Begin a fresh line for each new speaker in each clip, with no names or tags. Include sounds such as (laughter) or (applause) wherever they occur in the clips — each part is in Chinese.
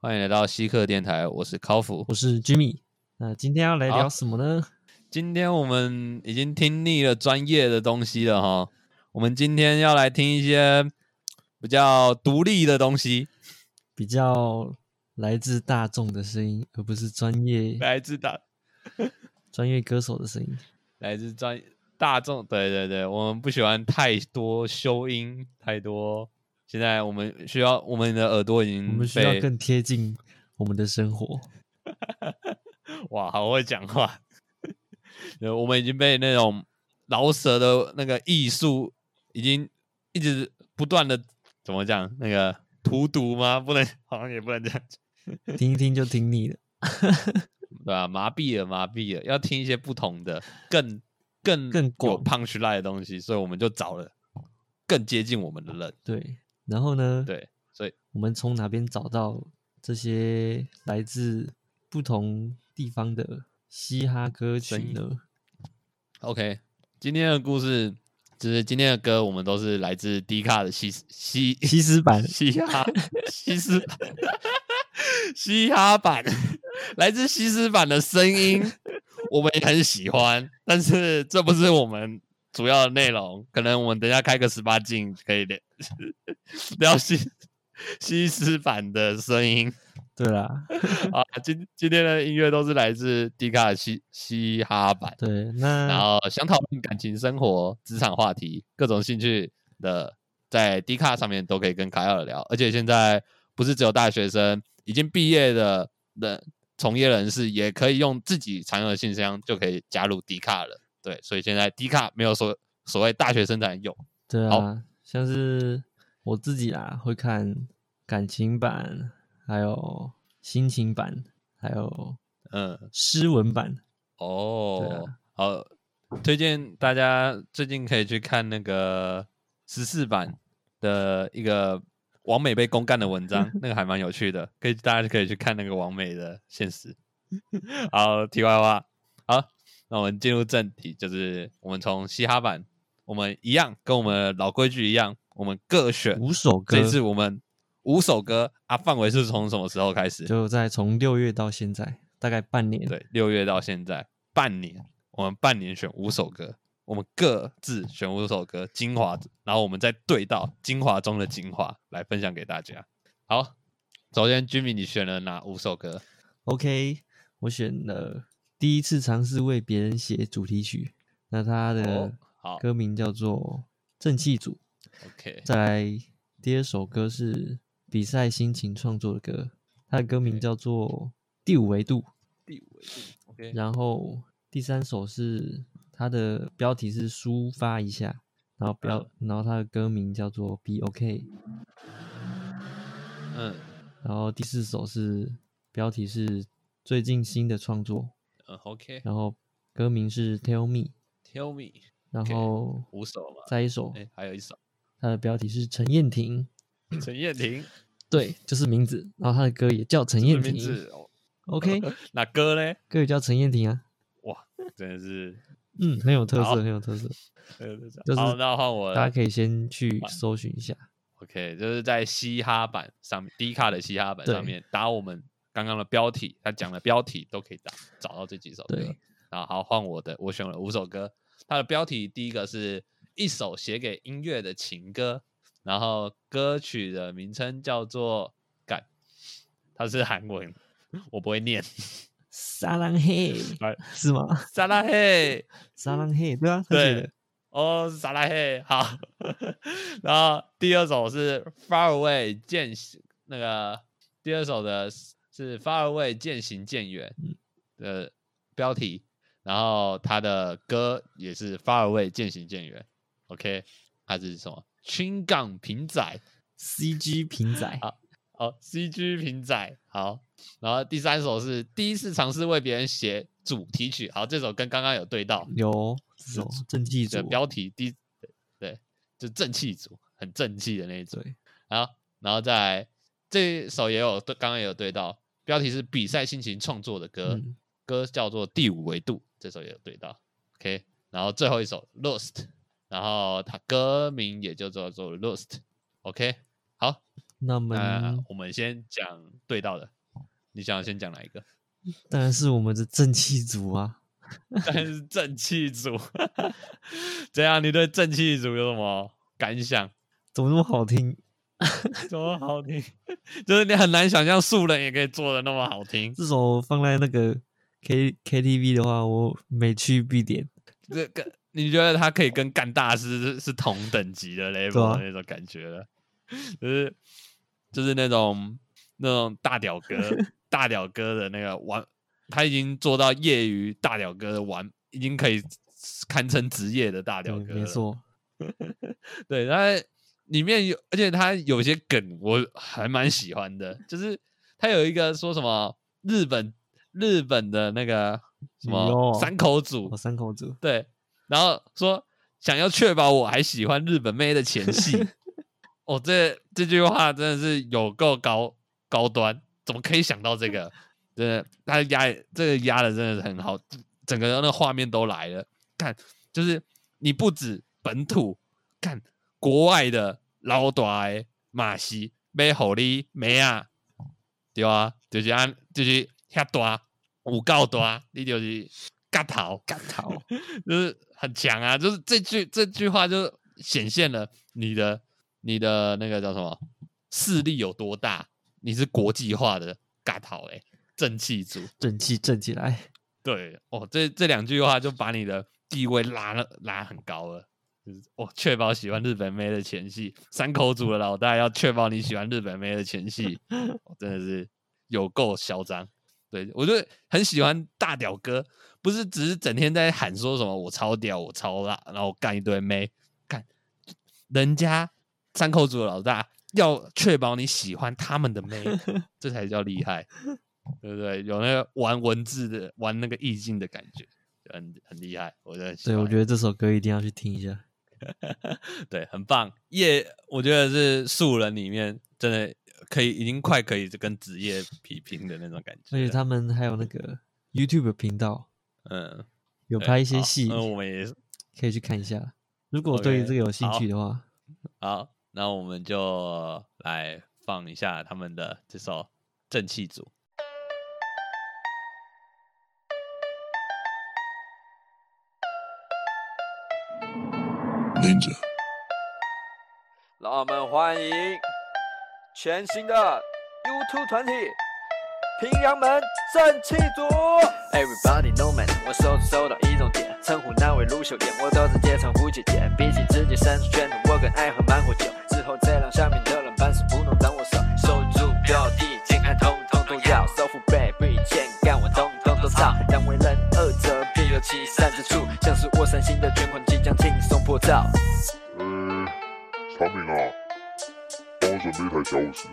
欢迎来到稀客电台，我是康福。
我是 Jimmy。那今天要来聊什么呢？
今天我们已经听腻了专业的东西了哈，我们今天要来听一些比较独立的东西，
比较来自大众的声音，而不是专业
来自大
专业歌手的声音。
来自专大众，对对对，我们不喜欢太多修音，太多。现在我们需要我们的耳朵已经
我们需要
嗯被
更贴近我们的生活。
哇，好会讲话。 (laughs) 呃我们已经被那种饶舌的那个艺术，已经一直不断的怎么讲那个荼毒吗？不能，好像也不能这样讲，
听一听就听腻了。
对吧、麻痹了，麻痹了，要听一些不同的、更更
更
有
广
punch line 的东西，所以我们就找了更接近我们的人。
对，然后呢？
对，所以
我们从哪边找到这些来自不同地方的嘻哈歌
声
曲
音 (laughs)
呢？
OK，今天的故事就是今天的歌，我们都是来自迪卡的西西
西施版
(laughs) 嘻哈西施版 (laughs) 嘻哈版，来自西施版的声音，我们也很喜欢，但是这不是我们主要的内容，可能我们等一下开个十八禁可以聊聊西西施版的声音
对啦，
啊。今今天的音乐都是来自迪卡的嘻嘻哈版。
对，
然
那
后想讨论感情生活、职场话题、各种兴趣的，在 D 卡上面都可以跟凯尔聊。而且现在不是只有大学生，已经毕业的人、从业人士也可以用自己常用的信箱就可以加入 D 卡了。对，所以现在 D 卡没有所所谓大学生才能用。
对
好
啊，像是我自己啦，会看感情版，还有心情版，还有
嗯，
诗文版。
哦，好，推荐大家最近可以去看那个十四版的一个王美被公干的文
(laughs)
章，那个还蛮有趣的，可以大家可以去看那个王美的现
(laughs)
实。好，题外话，好，那我们进入正题，就是我们从嘻哈版，我们一样跟我们老规矩一样，我们各选
五首歌
这次我们五首歌啊，范围是从什么时候开始？
就在从六月到现在，大概半年。
对，六月到现在半年，我们半年选五首歌，我们各自选五首歌精华，然后我们再对到精华中的精华来分享给大家。好，首先 Jimmy 你选了哪五首歌？
OK，我选了第一次尝试为别人写主题曲，那它
哦
的，
好
歌名叫做《正气组》。
，OK，
再来第二首歌是比赛心情创作的歌，它的歌名叫做《第五维度》。
第五位，OK，
然后第三首是它的标题是抒发一下，然后标，然后它的歌名叫做 Be OK，
嗯
然后第四首是标题是最近新的创作，
嗯，OK，Tell
然后歌名是 Tell Me，
me，
然
OK
后
五首嘛，
再一首，
哎，还有一首
它的标题是陈燕婷，
陈燕婷，
对，就是名字，然后她的歌也叫陈
这
燕
名
婷
字哦 (laughs)
，OK，
哪歌嘞？
歌也叫陈燕婷啊，
哇，真的是，
嗯，很有特
好
色，很有特色，
就
就是
好，那换我了，
大家可以
(laughs)
先去搜寻一下，
OK，就是在嘻哈版上面，低卡的嘻哈版上
对
面打我们刚刚的标题，他讲的标题都可以打找到这几首歌
对。
然后好换我的，我选了五首歌，它的标题第一个是一首写给音乐的情歌，然后歌曲的名称叫做《干》，它是韩文，我不会念。 (laughs)
撒浪嘿
来，
(laughs) 是吗？
撒拉嘿，
撒浪嘿，对啊，他写
对
的，
哦，撒拉嘿，好。 (laughs) 然后第二首是 Far Away 渐行，那个第二首的是是 Far Away 渐行渐远
嗯
的标题，然后他的歌也是 Far Away 渐行渐远。OK，它是什么？青港平仔，
CG 平仔
好好，CG 平仔，好。然后第三首是第一次尝试为别人写主题曲，好，这首跟刚刚有对到，
有这种正气
的
组，
标题第一对，就正气组，很正气的那一组。
对，
好，然后再来这一首也有对，刚刚也有对到，标题是比赛心情创作的歌，
嗯，
歌叫做《第五维度》，这首也有对到。OK，然后最后一首 Lost，然后它歌名也就叫做 Lost。OK，好，
那我们、
那我们先讲对到的，你想要先讲哪一个？ (laughs)
当然是我们的正气组啊，
但是正气组， (laughs) 怎样？你对正气组有什么感想？
怎么那么好听？
怎么好听？ (laughs) 就是你很难想象素人也可以做的那么好听。
这首放在那个 K K T V 的话，我每去必点。
这个你觉得他可以跟干大师是是同等级的
啊
level 的那种感觉了， (laughs) 就是就是那种那种大屌
(laughs)
哥大屌哥的那个完，他已经做到业余大屌哥的完，已经可以堪称职业的大屌
对，
哥。
没，错，
对，他里面有，而且他有些梗我还蛮喜欢的，就是他有一个说什么日本日本的那个什
旅游
么三口组
我，三口组，
对，然后说想要确保我还喜欢日本妹的前戏，哦，这这句话真的是有够高高端，怎么可以想到这个？真的，他压这个压的真的是很好，整个那个画面都来了。看，就是你不止本土，看国外的老大的马西买互你妹啊，对啊，就是安就是遐大有够大，你就是夹头。
干桃，
就是很强啊！就是这句这句话就显现了你的你的那个叫什么势力有多大，你是国际化的尬套哎，正气组。
正气正起来。
对哦，这这两句话就把你的地位拉了拉很高了。就是哦，确保喜欢日本妹的前戏，三口组的老大要确保你喜欢日本妹的前
(laughs)
戏，哦真的是有够嚣张。对我就很喜欢大屌哥，不是只是整天在喊说什么我超屌，我超辣，然后干一堆妹，干人家三口组的老大要确保你喜欢他们的
(laughs)
妹，这才叫厉害。对不对？有那个玩文字的、玩那个意境的感觉，很很厉害。我觉得，
对，我觉得这首歌一定要去听一下。
得 (laughs) 对，很棒。业，我觉得是素人里面真的可以，已经快可以跟职业匹拼的那种感觉
而
了。
且他们还有那个 YouTube 频道，
嗯，
有
对
拍一些
好
戏，
那我们也是
可以去看一下。如果对于
OK，
这个有兴趣的话，
好，那我们就来放一下他们的这首《正气组》。
Ninja.
让我们欢迎全新的 YouTube 团体平阳门正气组。Everybody know man，我手指收到一种点，称呼那位卢秀燕，我都直接称呼姐姐。比起直接伸出拳头，我更爱喝芒果酒。之后再让下面的人办事不能挡我手，守住标的，健康通通都要，收腹背背欠干我通通都操，但为人二者必有其善之处，像是我三星的卷款即将轻松破罩。
呃，产品啊，帮我准备一台小五十。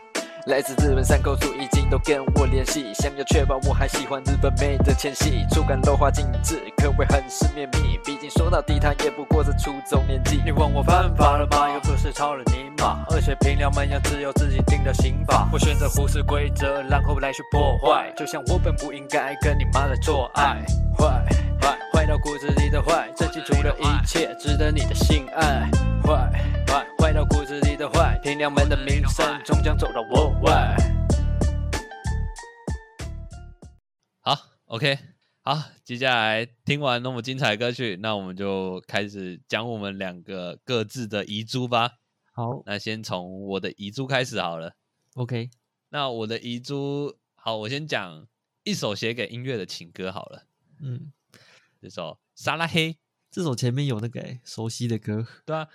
来自日本山口组已经都跟我联系，想要确保我还喜欢日本妹的前戏，触感镂花精致，可谓很是绵密。毕竟说到底，她也不过是初中年纪。你问我犯法了吗？又不是超了你嘛。而且平凉门要只有自己定的刑法，我选择忽视规则，然后来去破坏。就像我本不应该跟你妈的做爱，坏坏坏到骨子里的坏，这记住了一切，值得你的性爱，坏坏坏到骨子里的坏，平凉门的名声终将走到国外。
好，OK，好，接下来听完那么精彩的歌曲，那我们就开始讲我们两个各自的遗珠吧。
好
那先从我的遗珠开始好了。
，OK，
那我的遗珠，好，我先讲一首写给音乐的情歌好了，
嗯，
这首《撒拉嘿》，
这首前面有那个、欸、熟悉的歌，
对啊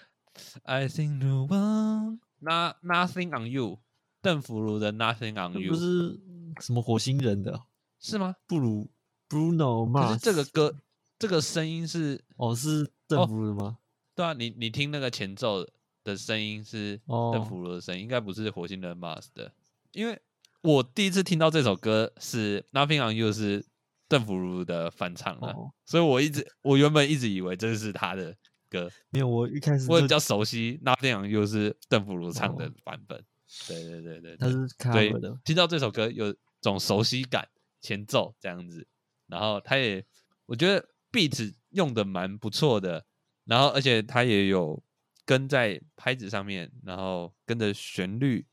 ，I think the (laughs) one not nothing on you，邓福如的 Nothing on
这
you
不是什么火星人的哦
是吗？
布鲁 Bruno
可
Mars，
是这个歌，这个声音是，
哦是
哦
邓福的吗？
对啊，你你听那个前奏的声音是邓
哦
福如的声音，应该不是火星人 Mars 的，因为我第一次听到这首歌是 Nothing on you 是邓福如的翻唱
哦，
了。所以我一直我原本一直以为这是他的歌，
没有，我一开始
我
就
比较熟悉《Nothing on You》是邓福如唱的
哦
版本。对对对对
它
对，
是
所以
cover 的，
听到这首歌有种熟悉感，前奏这样子，然后他也我觉得 beat 用的蛮不错的，然后而且他也有跟在拍子上面，然后跟着旋律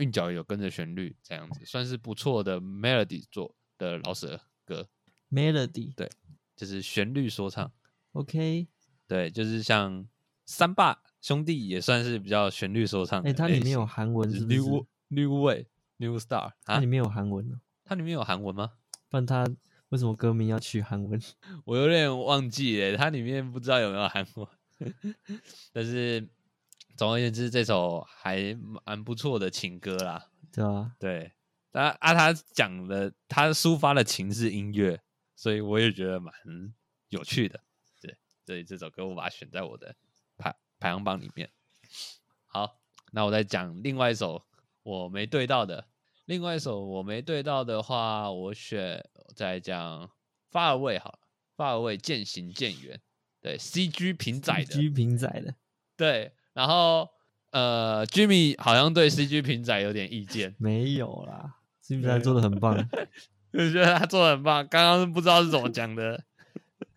韵脚也有跟着旋律，这样子算是不错的 melody 做的老舍歌，
Melody
就是旋律说唱。
OK，
对，就是像三霸兄弟也算是比较旋律说唱的类
哎、
型。
它里面有韩文是不是？
New New Way New Star
它
啊
里？面有韩文哦、
它里面有韩文吗？
不然它为什么歌名要取韩文？
我有点忘记了，它里面不知道有没有韩文， (laughs) 但是总而言之，这首还蛮不错的情歌啦。
对吧、
对，但啊，他讲的他抒发的情是音乐，所以我也觉得蛮有趣的。对，所以这首歌我把它选在我的排排行榜里面。好，那我再讲另外一首我没对到的，另外一首我没对到的话，我选我再讲发尔卫好了，发尔卫渐行渐远，对，CG 平仔的。
居平仔的
对，然后呃，Jimmy 好像对 CG 平仔有点意见，
没有啦，居平仔做的
(laughs)
很棒，
我觉得他做的很棒。刚刚是不知道是怎么讲的，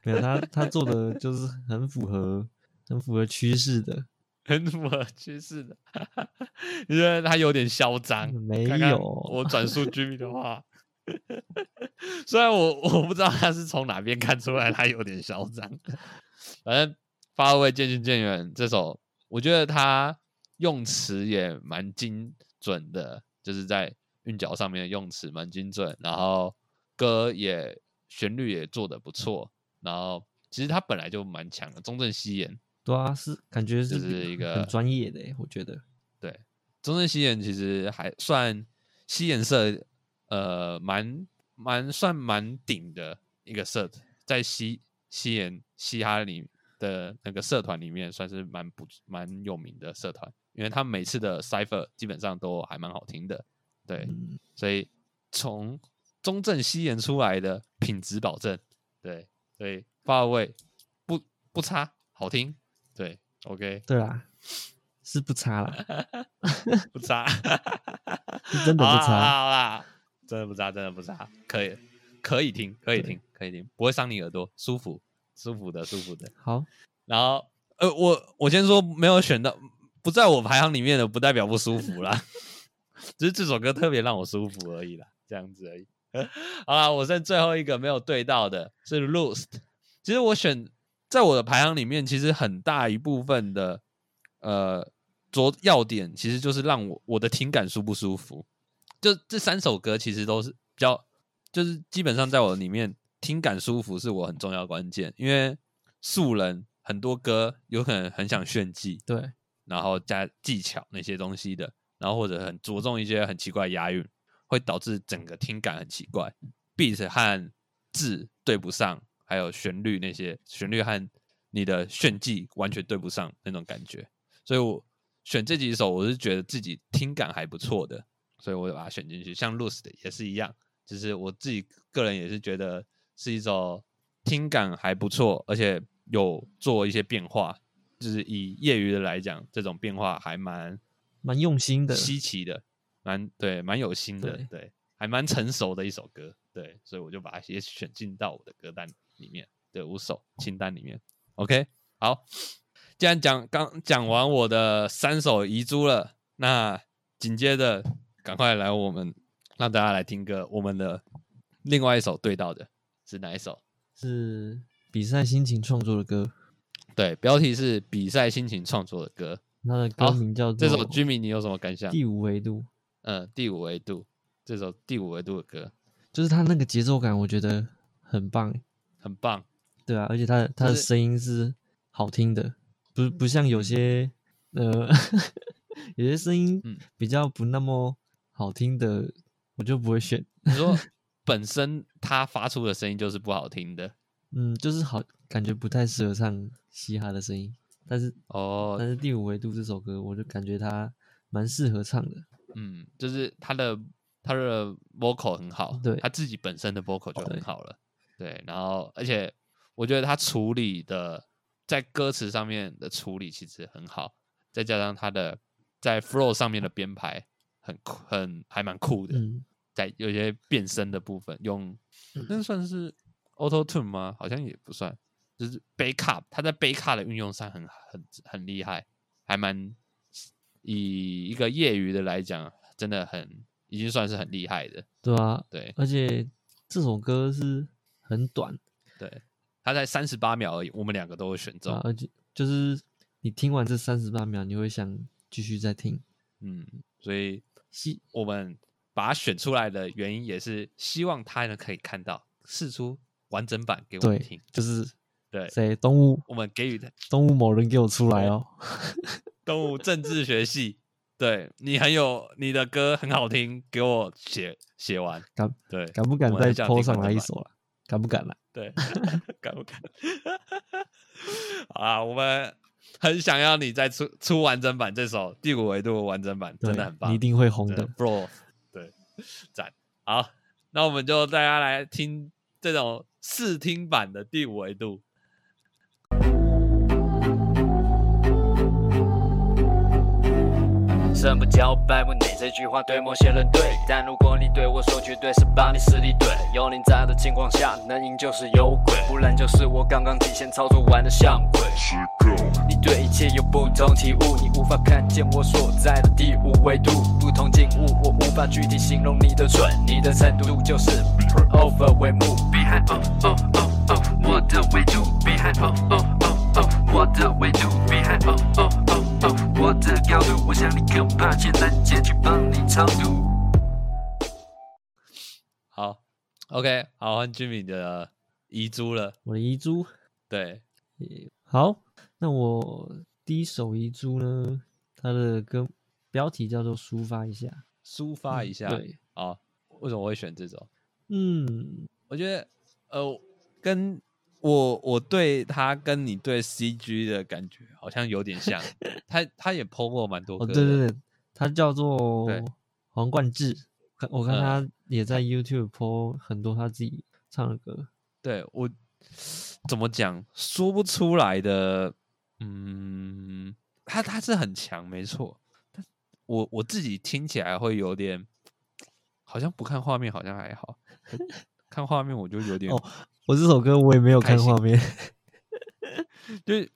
没有他他做的就是很符合很符合趋势的，
很符合趋势的。 (laughs) 你觉得他有点嚣张？
没
啊刚刚
有
我转
(laughs)
述 Jimmy 的话，虽然我我不知道他是从哪边看出来他有点嚣张，反正《发位渐行渐远》这首，我觉得他用词也蛮精准的，就是在韵脚上面的用词蛮精准，然后歌也旋律也做的不错，然后其实他本来就蛮强的，中正西演。
对啊，是感觉是
这是一个
很专业的欸、我觉得
对，中正西演其实还算西演社，呃，蛮蛮算蛮顶的一个社，在西西演嘻哈里的那个社团里面，算是蛮不蛮有名的社团，因为他们每次的 cipher 基本上都还蛮好听的，对，所以从中正西演出来的品质保证，对，所以发位不不差，好听，对，OK
对啦，是不差啦，
不差。
是真的
好
不
啦
差。
啊好啦，真的不差，真的不差，可以，可以听，可以听，可以听，不会伤你耳朵，舒服，舒服的，舒服的。
好，
然后，呃，我我先说没有选到，不在我排行里面的，不代表不舒服 (laughs) 啦，只是这首歌特别让我舒服而已啦，这样子而已。 (laughs) 好啦，我剩最后一个没有对到的是 Lost，其实我选在我的排行里面，其实很大一部分的呃着要点，其实就是让我我的情感舒不舒服。就这三首歌其实都是比较，就是基本上在我里面听感舒服是我很重要的关键，因为素人很多歌有可能很想炫技，
对，
然后加技巧那些东西的，然后或者很着重一些很奇怪的押韵，会导致整个听感很奇怪，beat 和字对不上，还有旋律那些旋律和你的炫技完全对不上那种感觉。所以我选这几首，我是觉得自己听感还不错的，所以我就把它选进去。像 Loose 的也是一样，就是我自己个人也是觉得是一首听感还不错，而且有做一些变化，就是以业余的来讲，这种变化还蛮
蛮用心的。
稀奇的，蛮对，蛮有心的，
对
对，还蛮成熟的一首歌，对，所以我就把它也选进到我的歌单里面，对，五首清单里面。OK，好，既然讲刚讲完我的三首遗珠了，那紧接着赶快来我们让大家来听歌，我们的另外一首对到的是哪一首？
是比赛心情创作的歌，
对，标题是比赛心情创作的歌，
它的
好
歌名叫
这
做
首
《
居民你有什么感想？
第五维度》，
嗯，第五维度这首第五维度的歌
就是它那个节奏感，我觉得很棒。欸
很棒。
对啊，而且它的它的
就是嗯
声音是好听的，不不像有些呃 (laughs) 有些声音
嗯
比较不那么好听的，我就不会选。
你
(laughs)
说本身它发出的声音就是不好听的
嗯，就是好感觉不太适合唱嘻哈的声音，但是
哦
但，是第五维度这首歌，我就感觉它蛮适合唱的。
嗯，就是它的它的 vocal 很好，
对
它自己本身的 vocal 就
对
很好了，对，然后而且我觉得它处理的在歌词上面的处理其实很好，再加上它的在 flow 上面的编排很酷，很还蛮酷的，
嗯，
在有些变声的部分，用那算是 auto tune 吗？好像也不算，就是 backup，它在 backup 的运用上很很很厉害，还蛮以一个业余的来讲，真的很已经算是很厉害的。
对啊，
对
而且这首歌是很短
对，他在三十八秒而已，我们两个都会选中。
啊，而且就是你听完这三十八秒，你会想继续再听。
嗯，所以希我们把它选出来的原因也是希望他人可以看到，试出完整版给我们
对
听。，
就是
对，
谁东吴
我们给予的
东吴某人给我出来哦，
动物政治学系，对你很有你的歌很好听，给我写写完。
敢
对，
敢不敢
我
再
很想
抛
听
上
完
来
整
一
版
首了？敢不敢啊了？
对， (laughs) 敢不敢？ (laughs) 好啊，我们很想要你再出出完整版这首《第五维度》完整版，真
对
的很棒，
你一定会红的。
，bro。对，赞。好，那我们就大家来听这种试听版的《第五维度》。
胜不骄败不馁，这句话对某些人对，但如果你对我说绝对是把你实力怼。有你在的情况下，能赢就是有鬼，不然就是我刚刚提前操作完的像鬼。
时刻。
你对一切有不同体悟，你无法看见我所在的第五维度，不同景物，我无法具体形容你的蠢，你的程度就是 over 为目。Behind oh oh oh oh，我的维度，Behind oh oh oh oh，我的维度，Behind oh oh oh oh，我的高度，我想你更怕艰难，结局帮你超度。
好，OK，好，换居民的遗珠了。
我的遗珠，
对，
好，那我第一首遗珠呢，它的歌标题叫做《抒发一下》。
抒发一下。
嗯对，
好，啊为什么我会选这首？
嗯，
我觉得，呃，跟我我对他跟你对 CG 的感觉好像有点
(laughs)
像。他他也 PO 过蛮多
哦，
歌的，
对对对，它叫做
对
黄冠志。看我看
嗯
他也在 YouTube 播很多他自己唱的歌，
对我怎么讲说不出来的，嗯，他他是很强，没错，但我我自己听起来会有点，好像不看画面好像还好，可看画面我就有点，
哦我这首歌我也没有
开
看
心
画面，
就是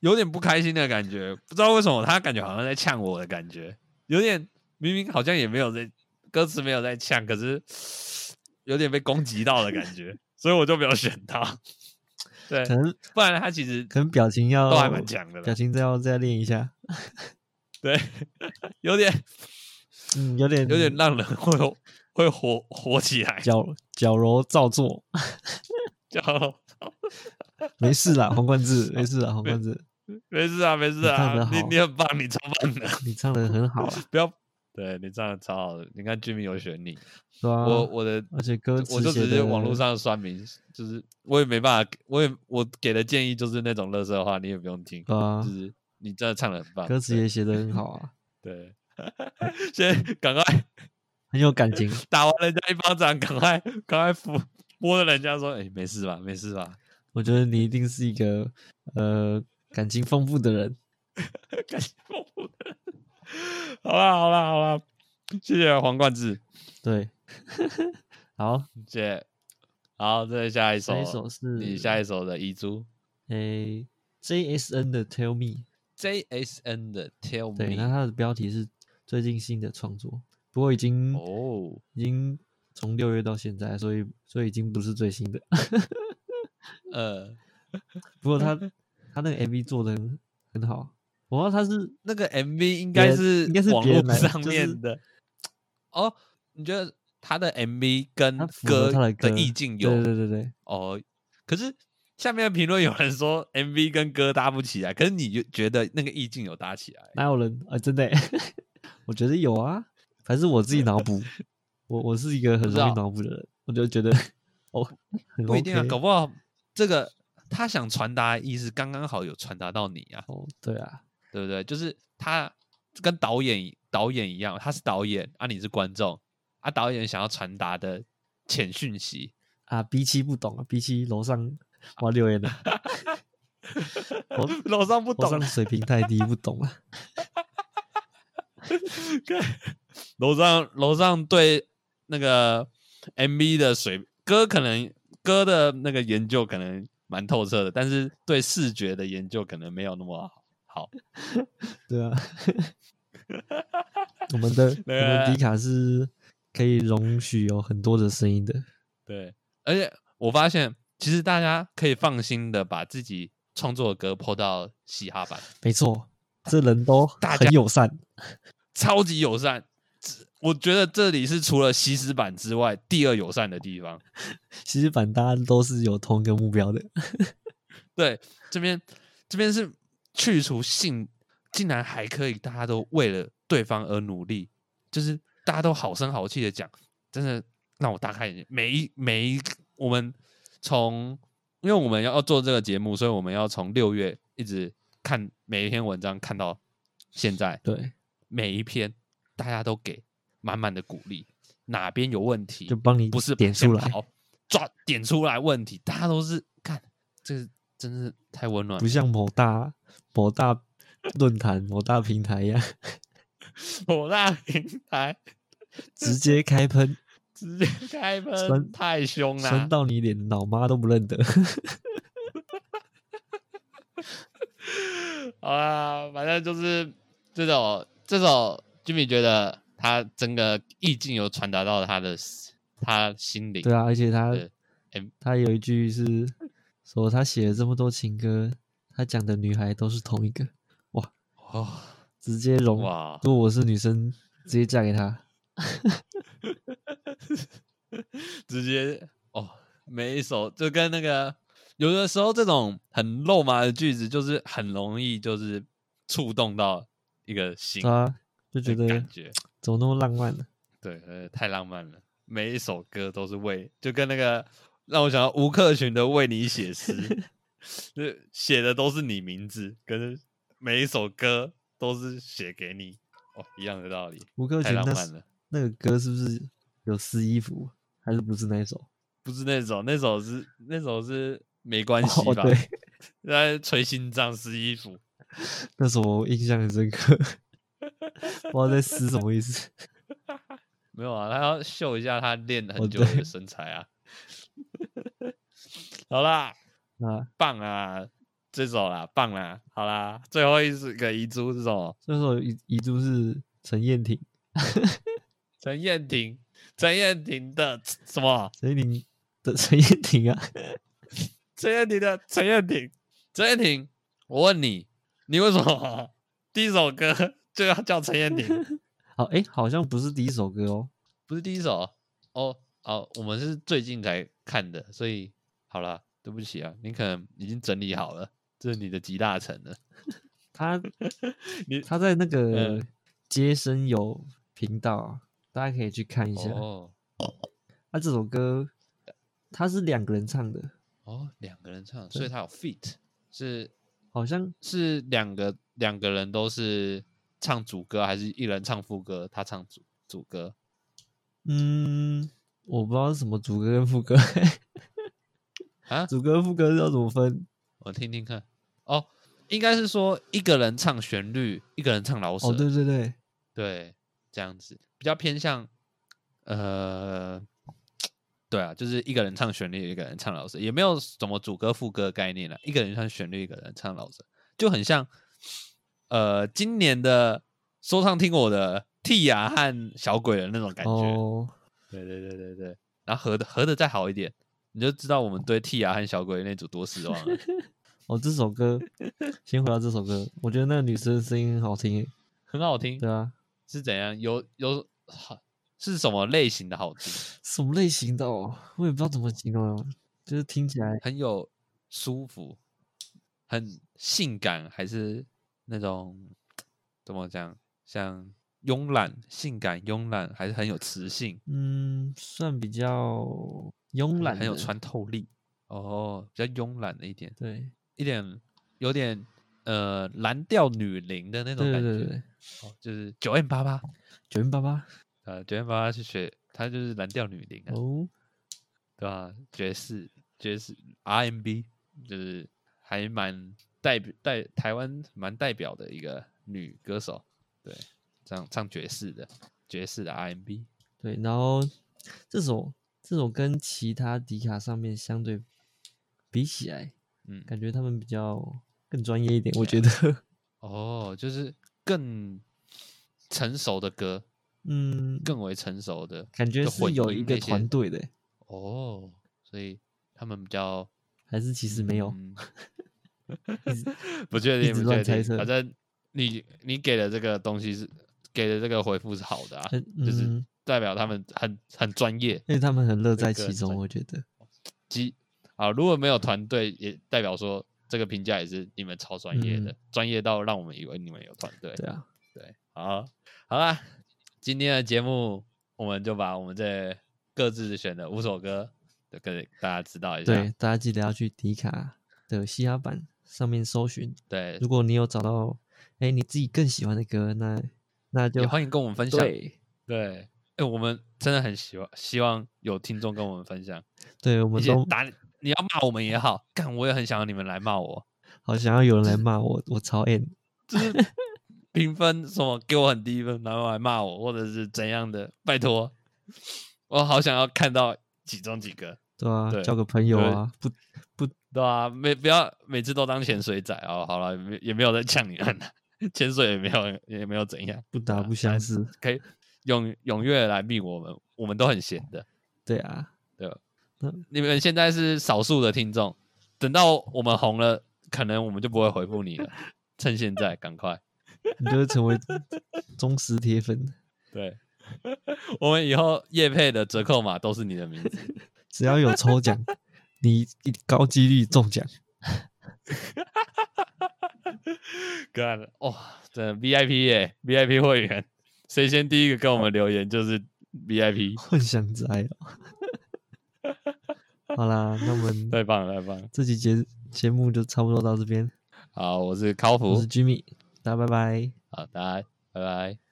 有点不开心的感觉，不知道为什么他感觉好像在呛我的感觉，有点明明好像也没有在歌词没有在呛，可是有点被攻击到的感觉，所以我就没有选他。对，
可能
不然他其实
可能哦表情要
都还蛮强的
表
啦，
情再要再练一下，
对，有点
嗯，有点
有点让人会有会火火起来，
矫矫揉造作，
叫咯
没事啦，黄冠
(laughs)
志，没事啦，黄
没
冠志，
没事啊，没事
唱得
啊，你
好
你很棒，你超棒的， (laughs)
你唱的很好啦，
不要，对你唱的超好的，你看居民有选你，
对啊，
我我的
而且歌词
我就只
写
是
得
网络上的酸民，就是我也没办法，我也我给的建议就是那种乐色话，你也不用听，
对啊
就，是啊你真的唱的很棒，
歌词也写的很好
(laughs)
啊，
对，对先赶快
很有感情，
打完人家一巴掌，赶快赶快抚摸着人家说，哎、没事吧，没事吧。
我觉得你一定是一个呃感情丰富的人，
感谢丰富的人。 (laughs) 好啦，好啦，好啦，谢谢黄冠志，
对， (laughs) 好，
谢谢。好，再下一首，
这一首是
你下一首的遗珠
诶 JSN 的 Tell Me，
，JSN 的 Tell
对，那
Me。
它的标题是最近新的创作，不过已经
哦，
已经从六月到现在，所以所以已经不是最新的。 (laughs)
呃，
不
(laughs)
过他他那个 MV 做的很很好，我不知道他是
那个 MV 应该
别
是
应该是
网
别
络
人来
上
就是
面的。哦，你觉得他的 MV 跟
他符合
歌
他的歌
的意境
对对
有
对对，
哦？可是下面的评论有人说 MV 跟歌搭不起来，可是你就觉得那个意境有搭起来？
哪有人啊？真的欸， (laughs) 我觉得有啊，还是我自己脑补。我我是一个很
知
容易
道
脑补的人，我就觉得哦，很
不一定啊，
OK
搞不好这个他想传达的意思刚刚好有传达到你啊，
哦，对啊，
对不对？就是他跟导演一导演一样，他是导演啊，你是观众啊，导演想要传达的潜讯息， (laughs)
啊 B 七不懂啊，B 七楼上我要留言了，
楼上不
楼上
懂，
水平太低，不懂啊。
楼上楼上对那个 MV 的水歌可能歌的那个研究可能蛮透彻的，但是 (laughs) 对视觉的研究可能没有那么好。
对啊，我们的我
那
们
个
迪卡是可以容许有很多的声音的。
对，而且我发现，其实大家可以放心的把自己创作的歌抛到嘻哈版，
没错，这人都
大
很
家
友善，
超级友善。这我觉得这里是除了西斯版之外第二友善的地方。
其实反大家都是有同一个目标的。
对，这边这边是去除性，竟然还可以，大家都为了对方而努力，就是大家都好声好气的讲，真的让我大开眼界。每一每一我们从，因为我们要做这个节目，所以我们要从六月一直看每一篇文章，看到现在，
对，
每一篇大家都给满满的鼓励，哪边有问题
就帮你
不是
点
先
出来，
跑，抓点出来问题，大家都是看，这个真是太温暖
不。像某大某大论坛、某大平台一样， (laughs)
火大平台
直接开喷，
直接开
酸
喷，太凶
酸
啦！
到你连老妈都不认得。 (laughs)
好啦，反正就是这首这首，Jimmy 觉得他整个意境有传达到他的他心里。
对啊，而且他
对哎
他有一句是说他写了这么多情歌，他讲的女孩都是同一个，
哦，
直接融。
哇，
如果我是女生，直接嫁给他。
直接哦，每一首就跟那个有的时候这种很肉麻的句子，就是很容易就是触动到一个心
对啊，就觉
的
得
感觉。
怎么那么浪漫呢、
对，呃，太浪漫了。每一首歌都是为，就跟那个让我想到吴克群的《为你写
(laughs)
诗》，就是写的都是你名字，可是每一首歌都是写给你，哦，一样的道理，
吴克
太
群
浪
那
漫
是
了。
那个歌是不是有撕衣服，还是不是那一首？
不是那首，那首是那首是没关系
哦，
吧？
对，
在捶心脏撕衣服，
(laughs) 那首我印象很深刻， (laughs) 不知道在撕什么意思。
没有啊，他要秀一下他练
哦
很久的
对
身材啊。好啦，
那
棒啊，这首啦，棒啦，好啦，最后一个遗珠是什么？
这首遗遗珠是陈燕婷，
陈燕婷，陈燕婷的什么？
陈燕婷的陈燕婷啊，
陈燕婷的陈燕婷，陈燕婷，我问你，你为什么 (laughs) 第一首歌就要叫陈燕婷？
好哎、好像不是第一首歌哦。
不是第一首哦哦，我们是最近才看的，所以好啦，对不起啊，你可能已经整理好了，这是你的集大成了。
他
(laughs) 你
他在那个
嗯
接生有频道啊，大家可以去看一下。
哦
那、这首歌他是两个人唱的，
哦，两个人唱，所以他有 feat 是
好像
是两个两个人都是唱主歌，还是一人唱副歌？他唱主主歌
嗯，我不知道是什么主歌跟副歌， (laughs)
啊？
主歌副歌要怎么分？
我听听看。哦，应该是说一个人唱旋律，一个人唱饶舌，
哦，对对对，
对这样子比较偏向呃，对啊，就是一个人唱旋律，一个人唱饶舌，也没有什么主歌副歌的概念了。一个人唱旋律，一个人唱饶舌，就很像呃今年的说唱听我的蒂雅和小鬼的那种感觉。
哦，
对对对对对，然后合的合的再好一点，你就知道我们对 T 牙和小鬼那组多失
(laughs)
望了。
哦，这首歌，先回到这首歌，我觉得那个女生的声音很好听耶，
很好听，
对啊，
是怎样？有有好是什么类型的好听？
什么类型的哦，我也不知道怎么形容哦，就是听起来
很有舒服，很性感，还是那种怎么讲？像慵懒、性感、慵懒，还是很有磁性，
嗯，算比较慵
很
懒，
很有，穿透力。哦，比较慵懒的一点，
对，
一点有点呃蓝调女伶的那种
对
感
对
觉，
对对，
哦，就是九 M 八八。
九零八八
呃，九天八八是学，她就是蓝调女伶啊，
哦，
对吧、爵士、爵士、RMB，就是还蛮代表代台湾蛮代表的一个女歌手，对，唱唱爵士的爵士的 RMB，
对，然后这首这首跟其他迪卡上面相对比起来，
嗯，
感觉他们比较更专业一点，我觉得。
哦，就是更成熟的歌，
(laughs) 嗯，
更为成熟的
感觉
的
是
混
有
音
一个
那些
团队的欸，
哦，所以他们比较
还是其实没有？ (laughs)
嗯不确
哦一
定，
直
不
乱
确
猜
定，
测
反正你你给的这个东西是给的这个回复是好的啊，
很
就是
嗯
代表他们很很专业。
因为他们很乐在
个
其中，
专
我觉得。
基啊，如果没有团队，也代表说这个评价也是你们超专业的，专业到让我们以为你们有团队。
嗯对啊，
对，好，好啦，今天的节目我们就把我们这各自选的五首歌，就跟大家知道一下。
对，大家记得要去迪卡的嘻哈版上面搜寻。
对
如果你有找到，哎，你自己更喜欢的歌，那那就
也欢迎跟我们分享。
对
对，哎、我们真的很希望希望有听众跟我们分享，
对，我
而
们
且
都
打你你要骂我们也好，干我也很想要你们来骂我，
好想要有人来骂我，我超 N。
就是评分什么给我很低分，然后来骂我，或者是怎样的，拜托，我好想要看到几中几个，
对啊，
对
交个朋友
对
啊，不
对啊，没不要每次都当潜水仔哦，好了，也没也没有在呛你们啊，潜水也没有也没有怎样，
不打
啊
不相
反
识。
可以踊踊跃来密我们，我们都很闲的。
对啊，
你们现在是少数的听众，等到我们红了，可能我们就不会回复你了。趁现在，赶快！
你就会
(laughs)
成为忠实铁粉，
对， (laughs) 我们以后叶配的折扣码都是你的名字。
只要有抽奖，你一高几率中奖。
干了，哇、真的 VIP 耶、v i p 会员，谁先第一个跟我们留言就是 VIP，
幻想宅哦。好啦，那我们
太棒了，太棒了！
这期节节目就差不多到这边。
好，我是康
我
福
是，Jimmy，大家拜拜。
好，大家拜拜。